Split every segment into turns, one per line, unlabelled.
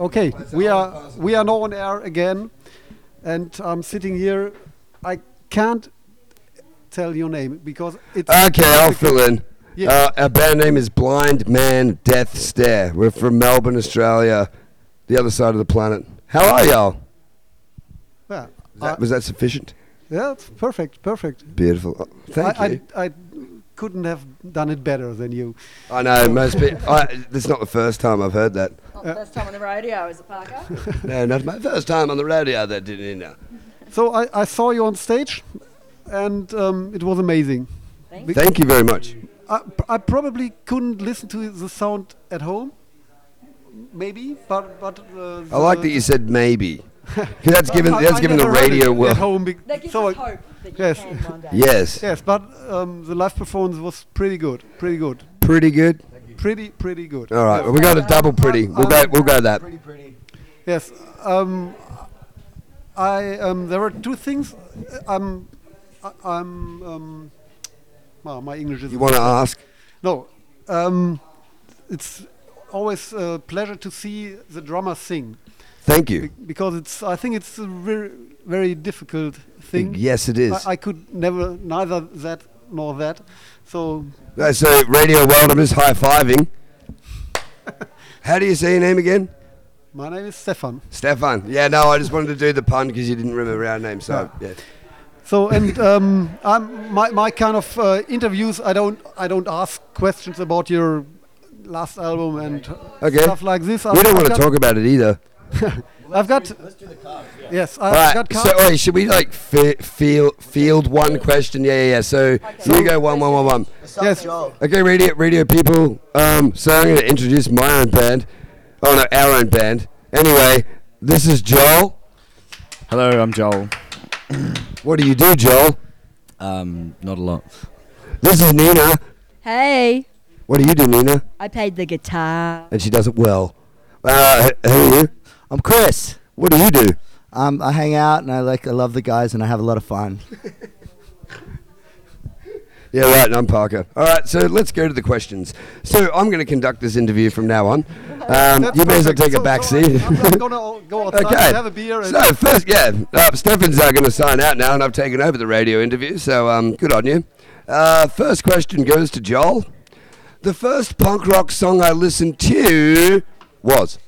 Okay, we are we are now on air again, and I'm sitting here. I can't tell your name because it's
Okay, I'll fill in.
Yeah.
Uh, our band name is Blind Man Death Stare. We're from Melbourne, Australia, the other side of the planet. How are y'all?
Yeah,
Was
I-
that, was that sufficient?
yeah, it's perfect, perfect.
Beautiful. Oh, Thank
I,
you.
I, I couldn't have done it better than you.
I,
Oh.
know most people. That's not the first time I've heard that.
Not the first time on the radio, is it, Parker?
No, not my first time on the radio. That didn't you know.
So I, I saw you on stage, and um, it was amazing.
Thank
Be-
Thank you very much.
I, I probably couldn't listen to the sound at home, maybe, but but. Uh,
I like that
the-
you said maybe. 'Cause that's given.
I-
That's
I
given the
never heard
radio
it At
world.
home, bec-
That gives
so
us
I-
hope that you
yes.
can one day.
Yes.
Yes, but um, the live performance was pretty good. Pretty good.
Pretty good.
Pretty pretty good.
All right. Well, we got a double pretty. We'll
Uh,
go. We'll go that.
Yes. Um, I um, there were two things. I'm I'm um, well, my English is
You want to ask?
no. Um, it's always a pleasure to see the drummer sing
Thank
be-
you.
because it's I think it's a very very difficult thing.
Yes, it is.
I, I could never neither that nor that. So
Uh, so, Radio World, I'm just high fiving. How do you say your name again?
my name is Stefan.
Stefan. Yeah, no, I just wanted to do the pun because you didn't remember our name. So, yeah.
So and um, I'm, my my kind of uh, interviews. I don't I don't ask questions about your last album and
Okay.
stuff like this.
we
I've-
don't want to
I've got-
talk about it either.
I've got. let's do the Yes, I,
All
have
right.
Uh, got
So,
cards.
wait, should we like fi- field field one question? Yeah, yeah, yeah. So, you go one, one, one, one.
yes.
Okay, radio, radio people. Um, so I'm going to introduce my own band. Oh no, our own band. Anyway, this is Joel.
Hello, I'm Joel.
What do you do, Joel?
Um, not a lot.
This is Nina.
Hey,
What do you do, Nina?
I played the guitar.
and she does it well. Uh, h- who are you?
I'm Chris.
What do you do?
Um, I hang out and I like I love the guys and I have a lot of fun.
Yeah, right. And I'm Parker. All right, so let's go to the questions. So I'm going to conduct this interview from now on. Um,
That's
you may as well
perfect.
take a
So-
back
so
seat.
I'm, I'm gonna go outside
Okay.
and have a beer. And
So first, yeah, uh, Stefan's uh, going to sign out now, and I've taken over the radio interview. So um, good on you. Uh, first question goes to Joel. The first punk rock song I listened to was.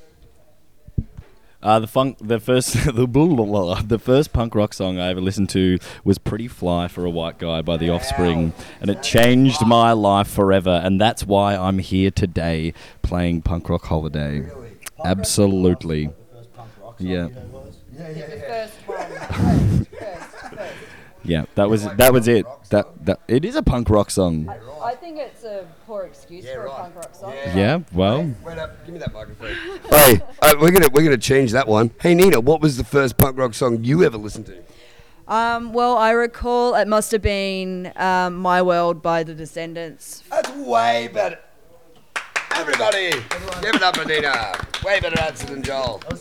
Uh, the funk, the first, the, blah, blah, blah, blah. the first punk rock song I ever listened to was "Pretty Fly for a White Guy" by The Offspring, and it changed my life forever. And that's why I'm here today playing Punk Rock Holiday. Absolutely. Yeah, yeah. That was that was it. That that it is a punk rock song.
I think it's a poor excuse for a punk rock song.
Yeah. Well,
Wait up, give me that microphone. hey, uh, we're gonna we're gonna change that one. Hey Nina, what was the first punk rock song you ever listened to?
Um, well, I recall it must have been um, My World by the Descendants.
That's way better. Everybody, give it up for Nina. Way better answer than Joel.
But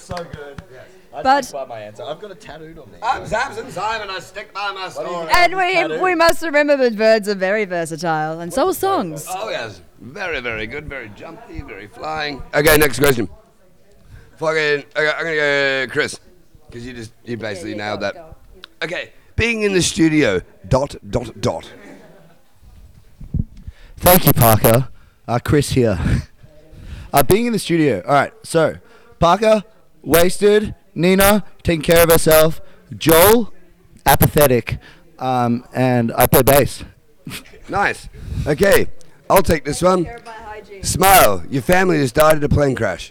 I'm Samson Simon. I stick by my story.
and we we must remember that birds are very versatile, and so are songs.
Oh yes, very very good, very jumpy, very flying. Okay, next question. Fucking, okay, I'm gonna go Chris, because you just you basically
yeah,
nailed
go,
that. Okay, being in the studio. Dot dot dot.
Thank you, Parker. Uh, Chris here. uh, being in the studio. All right, so Parker, wasted. Nina, taking care of herself. Joel, apathetic. Um, and I play bass.
Nice. Okay, I'll take this one. Smile, your family just died in a plane crash.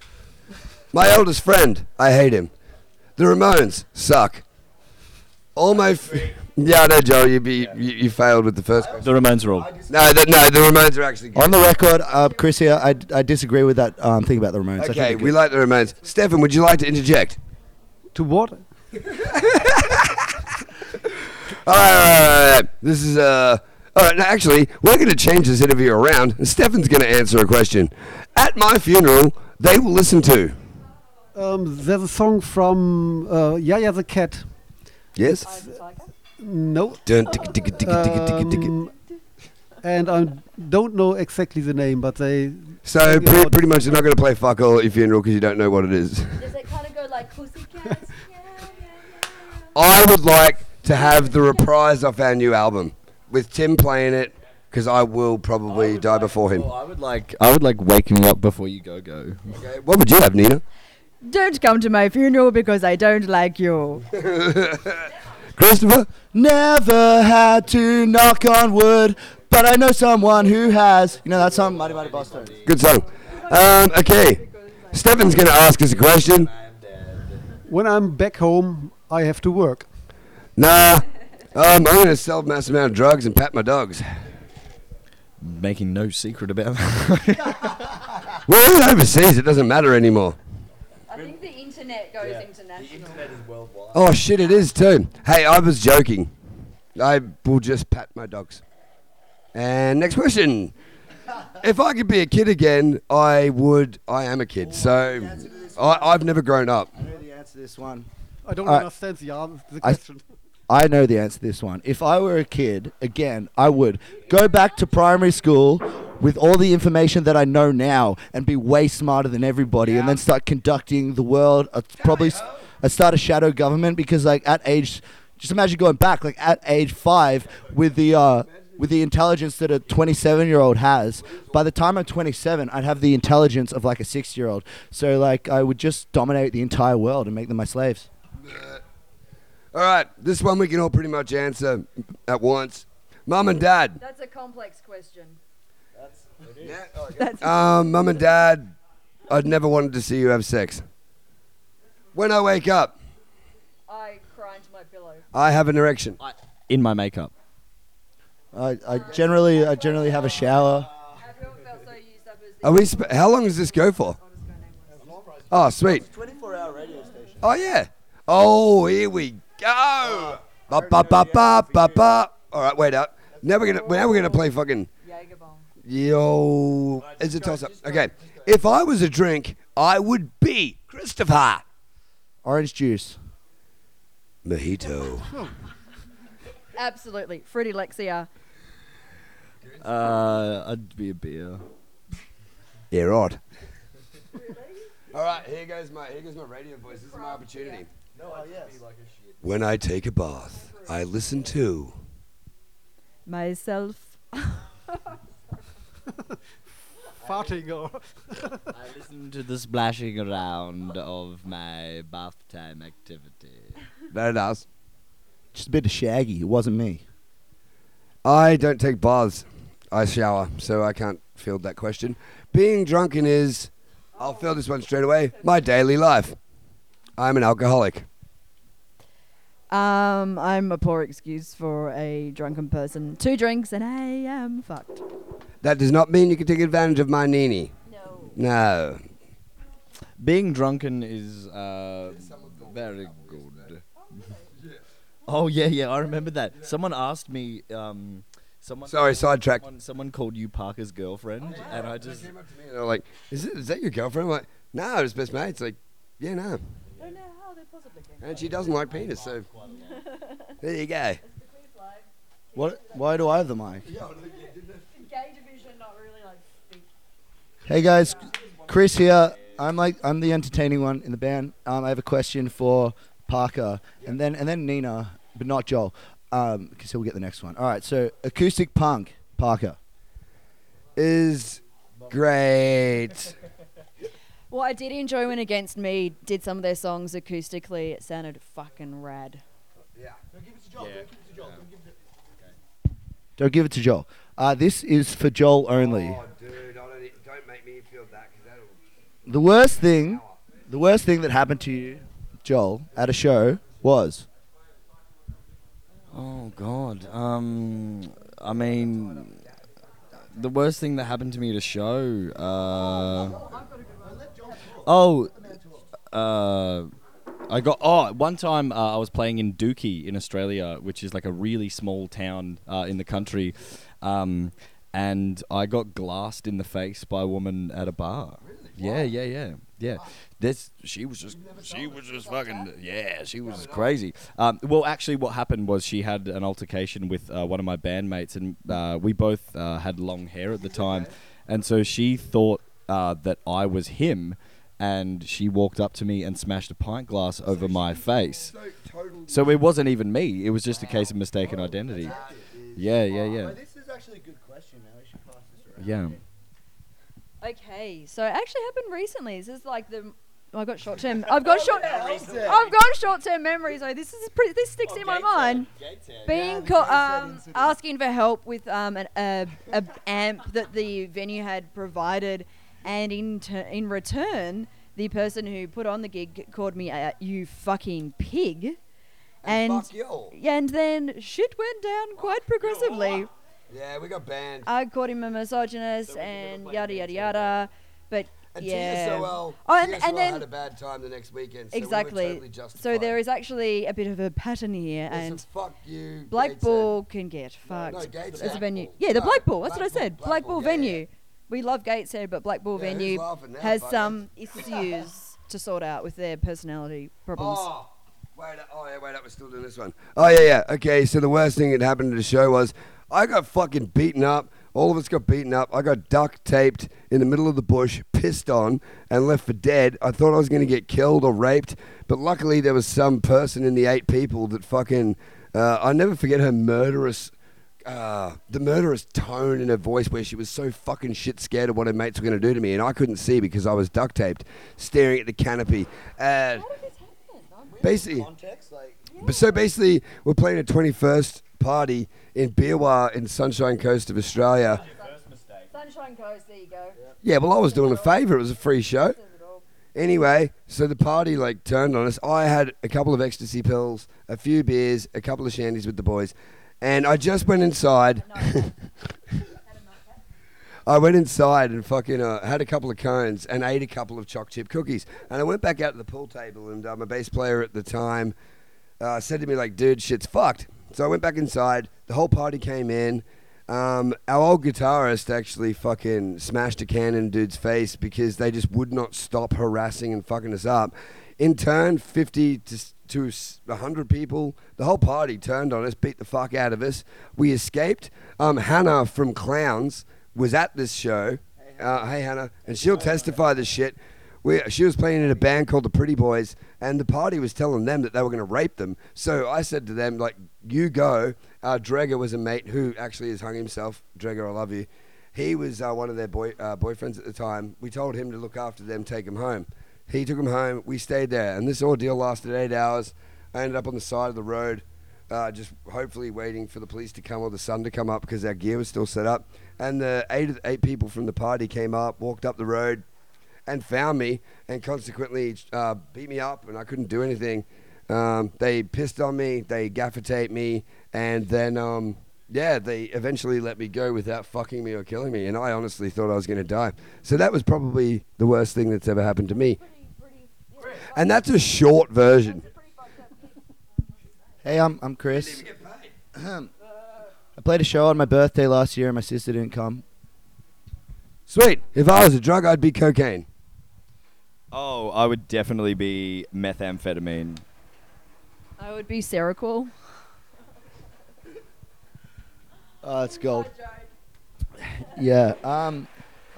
My oldest friend, I hate him. The Ramones suck. All my. F- yeah, I know, Joel, you, be, you, you failed with the first question.
the Ramones rule.
No, the, no, the Ramones are actually good.
On the record, uh, Chris here, I, I disagree with that um, thing about the Ramones. I think
Okay,
they're
we
good.
like the Ramones. Stefan, would you like to interject?
to what?
All right, all right, all right, all right. This is uh. All right, now actually, we're going to change this interview around, and Stefan's going to answer a question. At my funeral, they will listen to.
Um, there's a song from uh, Yaya the Cat.
Yes.
No.
Dun, ticka, ticka, ticka, ticka, ticka, ticka.
Um, and I don't know exactly the name, but they
So
Maybe
pre-
I'll-
pretty much, you're not going to play fuck all at your funeral because you don't know what it is.
Does it kind of go like pussycats? yeah, yeah, yeah.
I would like to have the reprise of our new album with Tim playing it because I will probably
Oh,
die before him.
I would like, I would like wake me up before you go go.
Okay, what would you have, Nina?
Don't come to my funeral because I don't like you.
Christopher?
Never had to knock on wood, but I know someone who has. You know that song, Mighty Mighty Boston.
Good song. Um, okay. Stefan's going to ask us a question.
When I'm back home, I have to work.
Nah. Um, I'm going to sell a mass amount of drugs and pat my dogs.
Making no secret about that.
We're all overseas. It doesn't matter anymore.
I think the internet goes international.
Oh, shit, it is too. Hey, I was joking. I will just pat my dogs. And next question. If I could be a kid again, I would. I am a kid, so I, I've never grown up.
I know the answer to this one.
I don't
Alright.
understand the, an- the
I-
question.
I know the answer to this one. If I were a kid, again, I would go back to primary school with all the information that I know now and be way smarter than everybody and then start conducting the world. I'd probably s- I'd start a shadow government because, like, at age, just imagine going back, like, at age five with the. Uh, with the intelligence that a 27 year old has, by the time I'm 27, I'd have the intelligence of like a six year old. So, like, I would just dominate the entire world and make them my slaves.
All right, this one we can all pretty much answer at once. Mum and dad.
That's a complex question.
Um, Mum and dad, I'd never wanted to see you have sex. When I wake up,
I cry into my pillow.
I have an erection.
In my makeup.
I, I generally I generally have a shower.
Have you ever felt so used up as
Are we? Sp- how long does this go for? Oh, sweet.
24 hour radio station.
Oh yeah. Oh, here we go. Ba ba ba ba ba ba. All right, wait up. Now we're gonna now we're gonna play fucking
Jagerbomb?
yo. It's a toss up. Okay. If I was a drink, I would be Christopher
Orange juice.
Mojito.
Absolutely. Fruity Lexia.
Uh, I'd be a beer.
Yeah, right. All right, here goes my here goes my radio voice. This is my opportunity. When I take a bath, I listen to.
Myself.
Farting or
I listen to the splashing around of my bath time activity.
That us.
Just a bit of shaggy. It wasn't me.
I don't take baths. I shower, so I can't field that question. Being drunken is, I'll field this one straight away, my daily life. I'm an alcoholic.
Um, I'm a poor excuse for a drunken person. Two drinks and I am fucked.
That does not mean you can take advantage of my nini.
No.
No.
Being drunken is uh, very good. Oh yeah, yeah, I remember that. Someone asked me. Um, someone
Sorry, sidetracked.
Someone, someone called you Parker's girlfriend, and I just
Came up to me and they were like, is, it, is that your girlfriend? I'm like, no, it's best mate. It's like, yeah, no.
Don't know how they possibly can.
And she doesn't like penis, so there you go.
What? Why do I have the mic?
Gay division, not really like.
Hey guys, Chris here. I'm like I'm the entertaining one in the band. Um, I have a question for Parker and then and then Nina, but not Joel, because he'll get the next one. All right. So acoustic punk, Parker.
Is great.
Well, I did enjoy when Against Me did some of their songs acoustically. It sounded fucking rad.
Don't give it to Joel. Uh, this is for Joel only.
Oh, dude, I don't, e, don't make me feel that because that'll.
The worst thing, the worst thing that happened to you, Joel, at a show was.
Oh God. Um, I mean, the worst thing that happened to me at a show. Uh, oh, uh, I got. Oh, one time uh, I was playing in Dookie in Australia, which is like a really small town uh, in the country, um, and I got glassed in the face by a woman at a bar. Yeah, yeah, yeah, yeah. This she was just she was just fucking yeah, she was just crazy. Um, well, actually, what happened was she had an altercation with uh, one of my bandmates, and uh, we both uh, had long hair at the time, and so she thought uh, that I was him, and she walked up to me and smashed a pint glass over my face. So it wasn't even me. It was just a case of mistaken identity. Yeah, yeah, yeah.
this is actually a good question. Now we should pass this
Yeah.
Okay, so it actually happened recently. This is like the. oh, I've got short term. I've got short. I've got short term memory, so this is pretty. This
Oh,
sticks in my mind. Being co- um, asking for help with um, an a, a amp that the venue had provided, and in tur in return, the person who put on the gig called me a you fucking pig, and
Fuck you. Oh,
and then shit went down quite progressively.
Yeah, we got banned.
I called him a misogynist and yada yada yada. But
And
yeah.
TSOL,
Oh, and-
TSOL
and then-
had a bad time the next weekend. So We were
exactly.
totally
so
justified.
there is actually a bit of a pattern here,
This
and
is fuck you.
Black
Gates
Bull can get fucked.
no, Gateshead.
It's a venue.
Black Bull.
Yeah, the
No,
Black Bull. That's
Black
what I
Bull,
said.
Black
Black
Bull,
Bull
yeah, yeah.
venue. We love Gateshead, but Black Bull
Yeah, who's
venue
laughing now,
has
fuckers?
some issues to sort out with their personality problems.
Oh, wait, oh yeah, wait up. We're still doing this one. Oh yeah, yeah. Okay, so the worst thing that happened at the show was I got fucking beaten up. All of us got beaten up. I got duct taped in the middle of the bush, pissed on, and left for dead. I thought I was going to get killed or raped, but luckily there was some person in the eight people that fucking. Uh, I never forget her murderous uh, the murderous tone in her voice where she was so fucking shit scared of what her mates were going to do to me and I couldn't see because I was duct taped staring at the canopy and basically
Context, like
but so basically we're playing a 21st party in Biwa in Sunshine Coast of Australia
Sunshine Coast, there you go.
yeah well I was doing a favour it was a free show Anyway, so the party like turned on us. I had a couple of ecstasy pills, a few beers, a couple of shandies with the boys, and I just went inside. I went inside and fucking uh, had a couple of cones and ate a couple of choc chip cookies. And I went back out to the pool table, and uh, my bass player at the time uh, said to me, like, dude, shit's fucked. So I went back inside. The whole party came in. Um, our old guitarist actually fucking smashed a can in a dude's face because they just would not stop harassing and fucking us up. In turn, 50 to, s- to s- 100 people, the whole party turned on us, beat the fuck out of us. We escaped. Um, Hannah from Clowns was at this show. Uh, hey, Hannah. And she'll testify this shit. We, she was playing in a band called the Pretty Boys, and the party was telling them that they were going to rape them. So I said to them, like, you go. Uh, Dregger was a mate who actually has hung himself. Dregger, I love you. He was uh, one of their boy, uh, boyfriends at the time. We told him to look after them, take them home. He took them home. We stayed there, and this ordeal lasted eight hours. I ended up on the side of the road, uh, just hopefully waiting for the police to come or the sun to come up because our gear was still set up. And the eight of- eight people from the party came up, walked up the road, and found me, and consequently uh, beat me up, and I couldn't do anything. Um, they pissed on me, they gaffer taped me, and then um, yeah, they eventually let me go without fucking me or killing me, and I honestly thought I was going to die. So that was probably the worst thing that's ever happened to me. And that's a short version.
Hey, I'm I'm Chris. I played a show on my birthday last year and my sister didn't come.
Sweet. If I was a drug, I'd be cocaine.
Oh, I would definitely be methamphetamine.
I would be Seroquel.
Oh, it's gold. Yeah. Um,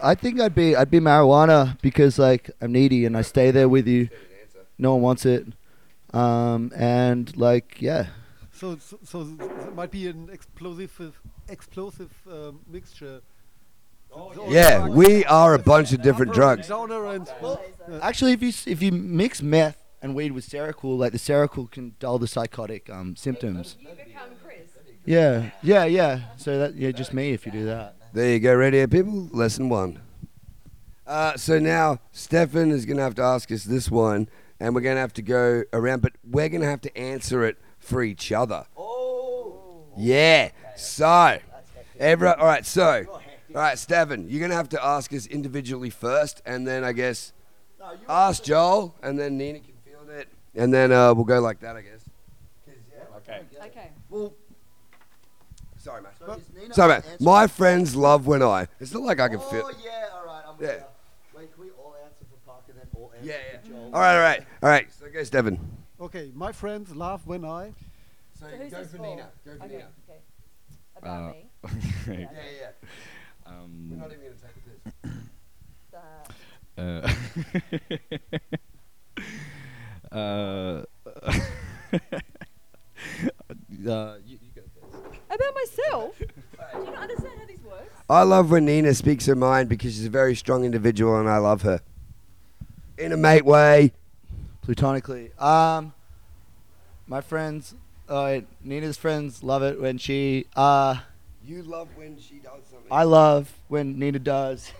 I think I'd be I'd be marijuana because like I'm needy and I stay there with you. No one wants it. Um, and like yeah,
So, so, so th- th- it might be an explosive, explosive um, mixture.
Yeah, we are a bunch of different drugs.
Downer and uh,
actually, if you s- if you mix meth and weed with Seroquel, like the Seroquel can dull the psychotic um symptoms.
You become Chris.
Yeah. Yeah. Yeah. So that yeah, just me if you do that.
There you go, radio people. Lesson one. Uh, so now Stefan is going to have to ask us this one, and we're going to have to go around, but we're going to have to answer it for each other. Oh. Yeah. So, everyone. All right. So, all right, Stefan, you're going to have to ask us individually first, and then I guess ask Joel, and then Nina can field it, and then uh, we'll go like that, I guess.
Okay.
Okay.
Sorry, mate. Sorry, mate. My friends love when I. It's not like I can feel.
Oh, yeah, all right. I'm
with Yeah. ya.
Wait, can we all answer for Parker then all answer
Yeah, yeah. All right, all right, all right. So go, Stefan.
okay, my friends laugh when I.
So,
who's
go
this
for
for?
Nina. Go for
Okay.
Nina.
okay. About
Uh,
me.
Yeah, yeah. We're
um,
not even gonna take this.
So
that.
Uh, uh, uh, you, you go first.
About myself? Do you not understand how this works?
I love when Nina speaks her mind because she's a very strong individual and I love her. In a mate way.
Platonically. Um, my friends, uh, Nina's friends love it when she. Uh,
You love when she does something.
I love when Nina does.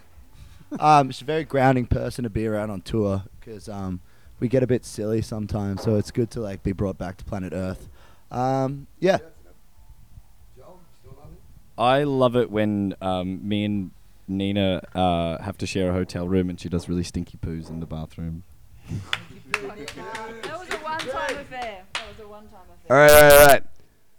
Um, she's a very grounding person to be around on tour because um, we get a bit silly sometimes. So it's good to like be brought back to planet Earth. Um, yeah,
I love it when um, me and Nina uh, have to share a hotel room and she does really stinky poos in the bathroom.
That was a one time affair. That was a one time affair.
All right, all right, all right.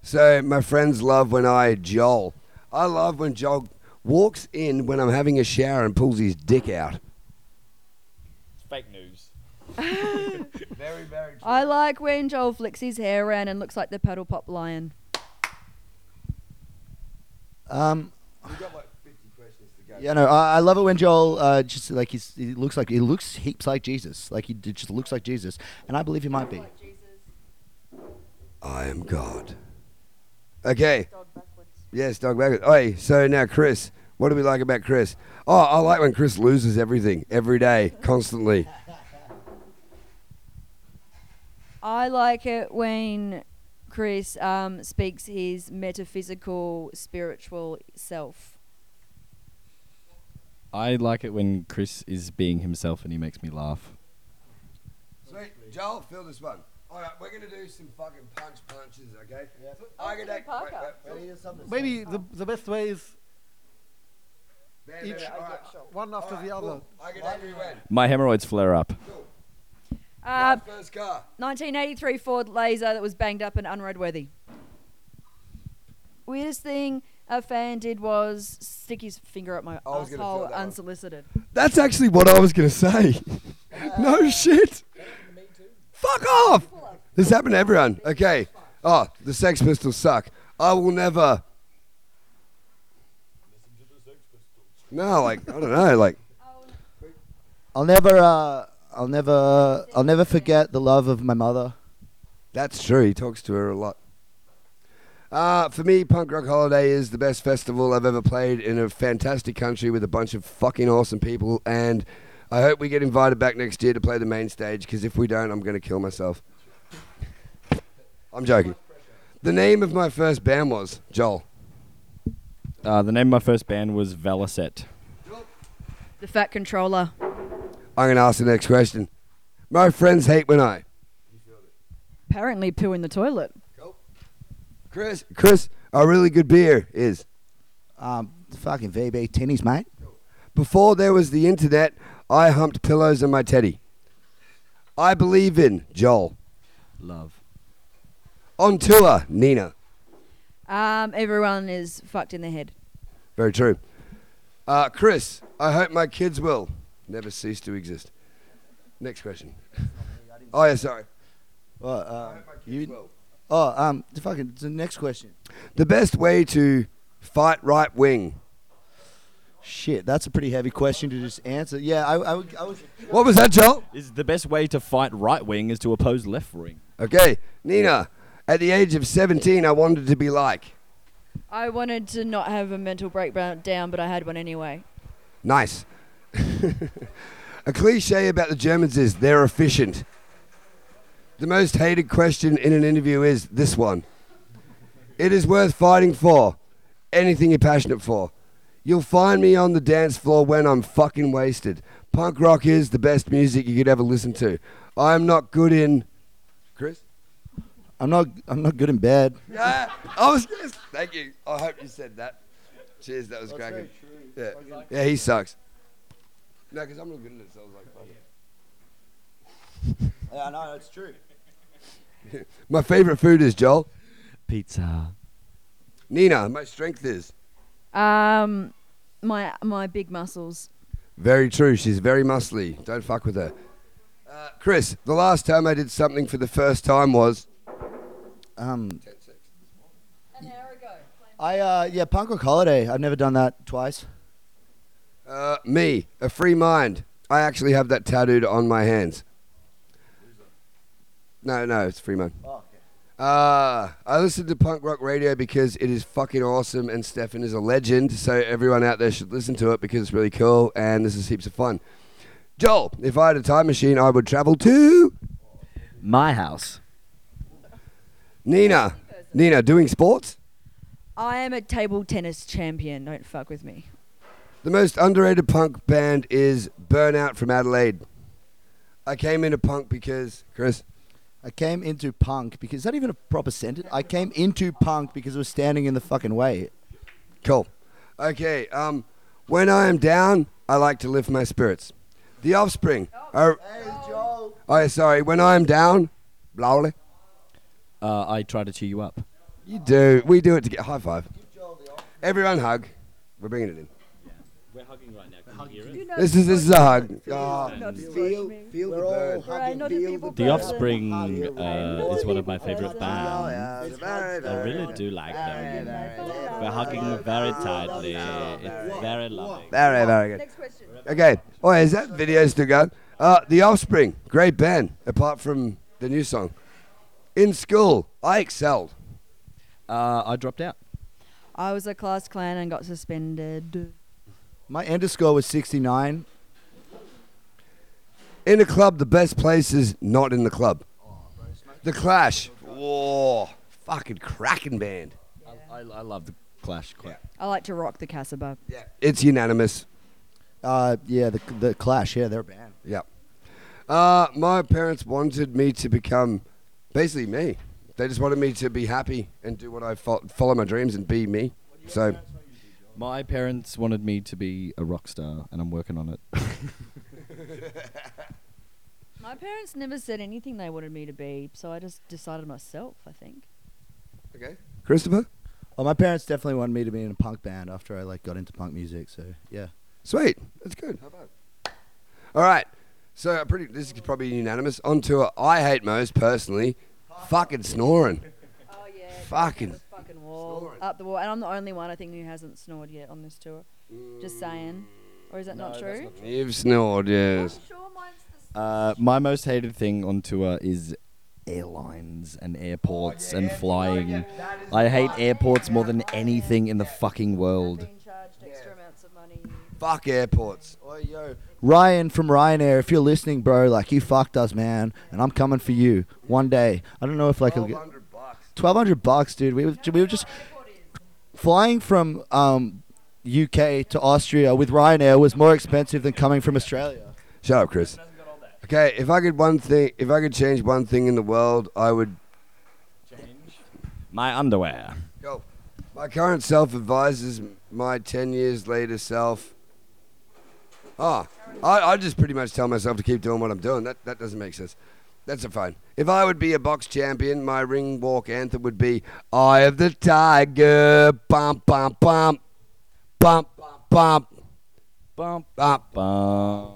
So my friends love when I Joel. I love when Joel walks in when I'm having a shower and pulls his dick out.
It's fake news.
Very, very.
I like when Joel flicks his hair around and looks like the paddle pop lion.
um,
We've got like 50 questions to go.
yeah. No, I, I love it when Joel uh, just like he's, he looks like he looks heaps like Jesus. Like he d- just looks like Jesus, and I believe he might be.
Like Jesus,
I am God. Okay.
dog backwards.
Yes, dog backwards. Hey, so now Chris, what do we like about Chris? Oh, I like when Chris loses everything every day, constantly.
I like it when Chris um, speaks his metaphysical, spiritual self.
I like it when Chris is being himself and he makes me laugh.
Sweet, Joel, fill this one. All right, we're gonna do some fucking punch punches, okay? I can take
Parker.
wait, wait,
Maybe the, the best way is
wait,
each,
wait, all right.
one after the other.
I can take everyone.
My hemorrhoids flare up.
Uh,
First car.
1983 Ford Laser that was banged up and unroadworthy. Weirdest thing a fan did was stick his finger up my
I was gonna
asshole
fill that one.
unsolicited.
That's actually what I was gonna say. no shit. Fuck off. This happened to everyone. Okay. Oh, the Sex Pistols suck. I will never. No, like I don't know, like
I'll never, uh, I'll never, I'll never forget the love of my mother.
That's true. He talks to her a lot. Uh, for me, Punk Rock Holiday is the best festival I've ever played in a fantastic country with a bunch of fucking awesome people. And I hope we get invited back next year to play the main stage because if we don't, I'm going to kill myself. I'm joking. The name of my first band was Joel.
Uh, the name of my first band was Velocet.
The fat controller.
I'm going to ask the next question. My friends hate when I.
Apparently poo in the toilet.
Chris, Chris, a really good beer is.
Um, fucking VB tinnies, mate.
Before there was the internet, I humped pillows on my teddy. I believe in Joel.
Love.
On tour, Nina.
Um, everyone is fucked in the head.
Very true. Uh, Chris, I hope my kids will never cease to exist. Next question. Oh, yeah, sorry.
Well, um, you.
will.
Oh, um, the fucking the next question.
The best way to fight right wing.
Shit, that's a pretty heavy question to just answer. Yeah, I, I, would, I was.
What was that, Joel?
Is the best way to fight right wing is to oppose left wing.
Okay, Nina, at the age of 17, I wanted to be like.
I wanted to not have a mental breakdown, down, but I had one anyway.
Nice. a cliche about the Germans is they're efficient. The most hated question in an interview is this one. It is worth fighting for. Anything you're passionate for. You'll find me on the dance floor when I'm fucking wasted. Punk rock is the best music you could ever listen to. I'm not good in. Chris?
I'm not. I'm not good in bed.
Yeah, I was. Yes, thank you. I hope you said that. Cheers, that was cracking. Yeah. yeah, he sucks. No, because I'm not good at it, so I was like, fuck it.
Yeah, no, it's true.
My favorite food is Joel.
Pizza.
Nina, my strength is.
Um, my my big muscles.
Very true. She's very muscly. Don't fuck with her. Uh, Chris, the last time I did something for the first time was.
Um,
An hour ago.
I uh, yeah, punk rock holiday. I've never done that twice.
Uh, me, a free mind. I actually have that tattooed on my hands. No, no, it's free mind. Uh, I listen to punk rock radio because it is fucking awesome, and Stefan is a legend. So everyone out there should listen to it because it's really cool, and this is heaps of fun. Joel, if I had a time machine, I would travel to
My house.
Nina. Nina, doing sports.
I am a table tennis champion. Don't fuck with me.
The most underrated punk band is Burnout from Adelaide. I came into punk because Chris.
I came into punk because is that even a proper sentence? I came into punk because it was standing in the fucking way.
Cool. Okay. Um, when I am down, I like to lift my spirits. The Offspring. Oh, oh sorry. When I am down, lowly.
Uh, I try to cheer you up.
You do. We do it to get high five. Everyone hug. We're bringing it in.
We're hugging right now. Can you hear it?
You know
This is this is a hug.
not
Oh,
feel,
feel the burn.
Right, not a people
The
person.
Offspring uh, is one of my favorite bands. I really do like them. We're hugging very tightly. It's very loving.
Very very good.
Next question.
Okay. Oh, is that video still going? Uh, the Offspring, great band, apart from the new song. In school, I excelled.
Uh, I dropped out.
I was a class clown and got suspended.
My underscore was 69.
In a club, the best place is not in the club. The Clash. Whoa, fucking cracking band.
I, I love the Clash quite.
I like to rock the Casabah.
Yeah. It's unanimous.
Uh, yeah, the, the Clash. Yeah, they're a band.
Yep. Uh, my parents wanted me to become basically me. They just wanted me to be happy and do what I fo- follow my dreams and be me. So,
My parents wanted me to be a rock star, and I'm working on it.
My parents never said anything they wanted me to be, so I just decided myself, I think.
okay. Christopher,
Well, my parents definitely wanted me to be in a punk band after I like got into punk music. So yeah,
sweet. That's good. How about? All right. So, uh, pretty. This is probably unanimous. On tour, I hate most personally. Fucking snoring.
Oh, yeah.
Fucking
Up the fucking wall. Up the wall. And I'm the only one, I think, who hasn't snored yet on this tour. Just saying. Or is that not true?
You've snored, yes.
sure mine's the
Uh, my most hated thing on tour is airlines and airports and flying. I hate airports more than anything in the fucking world.
being charged extra amounts of money.
Fuck airports.
Ryan from Ryanair, if you're listening, bro, like you fucked us, man, and I'm coming for you one day. I don't know if like I'll get
bucks.
twelve hundred bucks, dude. We were we were just flying from um, UK to Austria with Ryanair was more expensive than coming from Australia.
Shut up, Chris. Okay, if I could one thing, if I could change one thing in the world, I would
My underwear.
go. My current self advises my ten years later self. Ah, I, I just pretty much tell myself to keep doing what I'm doing. That that doesn't make sense. That's a fine. If I would be a box champion, my ring walk anthem would be "Eye of the Tiger." Bump, bump, bump, bump, bump, bump,
Bump,
bump.
bump.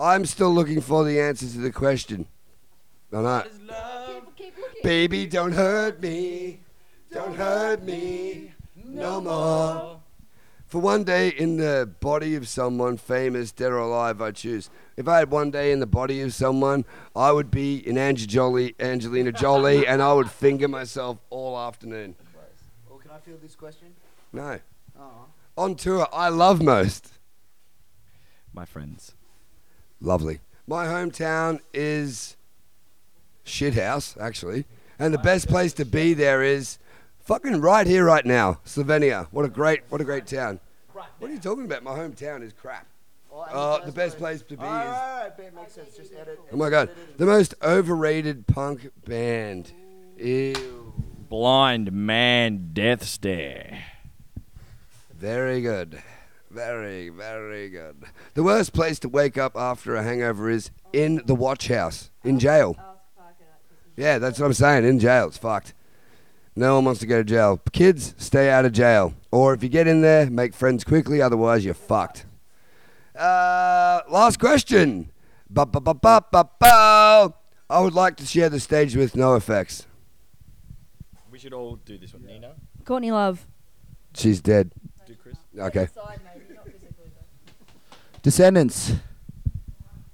I'm still looking for the answer to the question. I know. Baby, don't hurt me. Don't hurt me no more. For one day in the body of someone, famous, dead or alive, I choose. If I had one day in the body of someone, I would be an Angie Jolie, Angelina Jolie, and I would finger myself all afternoon.
Well, can I feel this question?
No. On tour, I love most.
My friends.
Lovely. My hometown is shithouse, actually. And the best place to be there is fucking right here, right now, Slovenia. What a great, what a great town. What are you talking about? My hometown is crap. Uh, the best place to be is. Oh my god, the most overrated punk band. Ew.
Blind man death stare.
Very good. Very, very good. The worst place to wake up after a hangover is in the watch house, in jail. Yeah, that's what I'm saying. In jail, it's fucked. No one wants to go to jail. Kids, stay out of jail. Or if you get in there, make friends quickly, otherwise, you're fucked. Uh, last question. Ba, ba, ba, ba, ba, ba. I would like to share the stage with no effects.
We should all do this one. Nina?
Courtney Love.
She's dead.
Do Chris?
Okay.
Side maybe, not physically. but-
Descendants.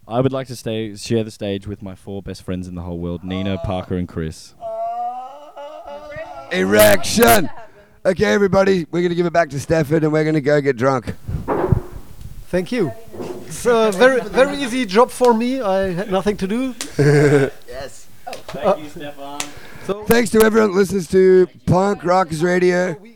I would like to stay, share the stage with my four best friends in the whole world Nina, Parker, and Chris.
Erection. Okay, everybody, we're gonna give it back to Stafford, and we're gonna go get drunk.
Thank you. It's a very, very easy job for me. I had nothing to do.
Thank you, Stefan.
Thanks to everyone that listens to Punk Rockers Radio.
We